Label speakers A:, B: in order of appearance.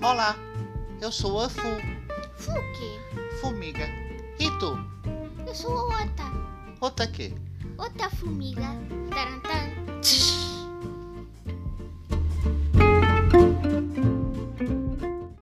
A: Olá, eu sou a Fu,
B: Fuki,
A: Fumiga. E tu?
B: eu sou a Ota.
A: Ota quê?
B: Ota Fumiga. Tarantan.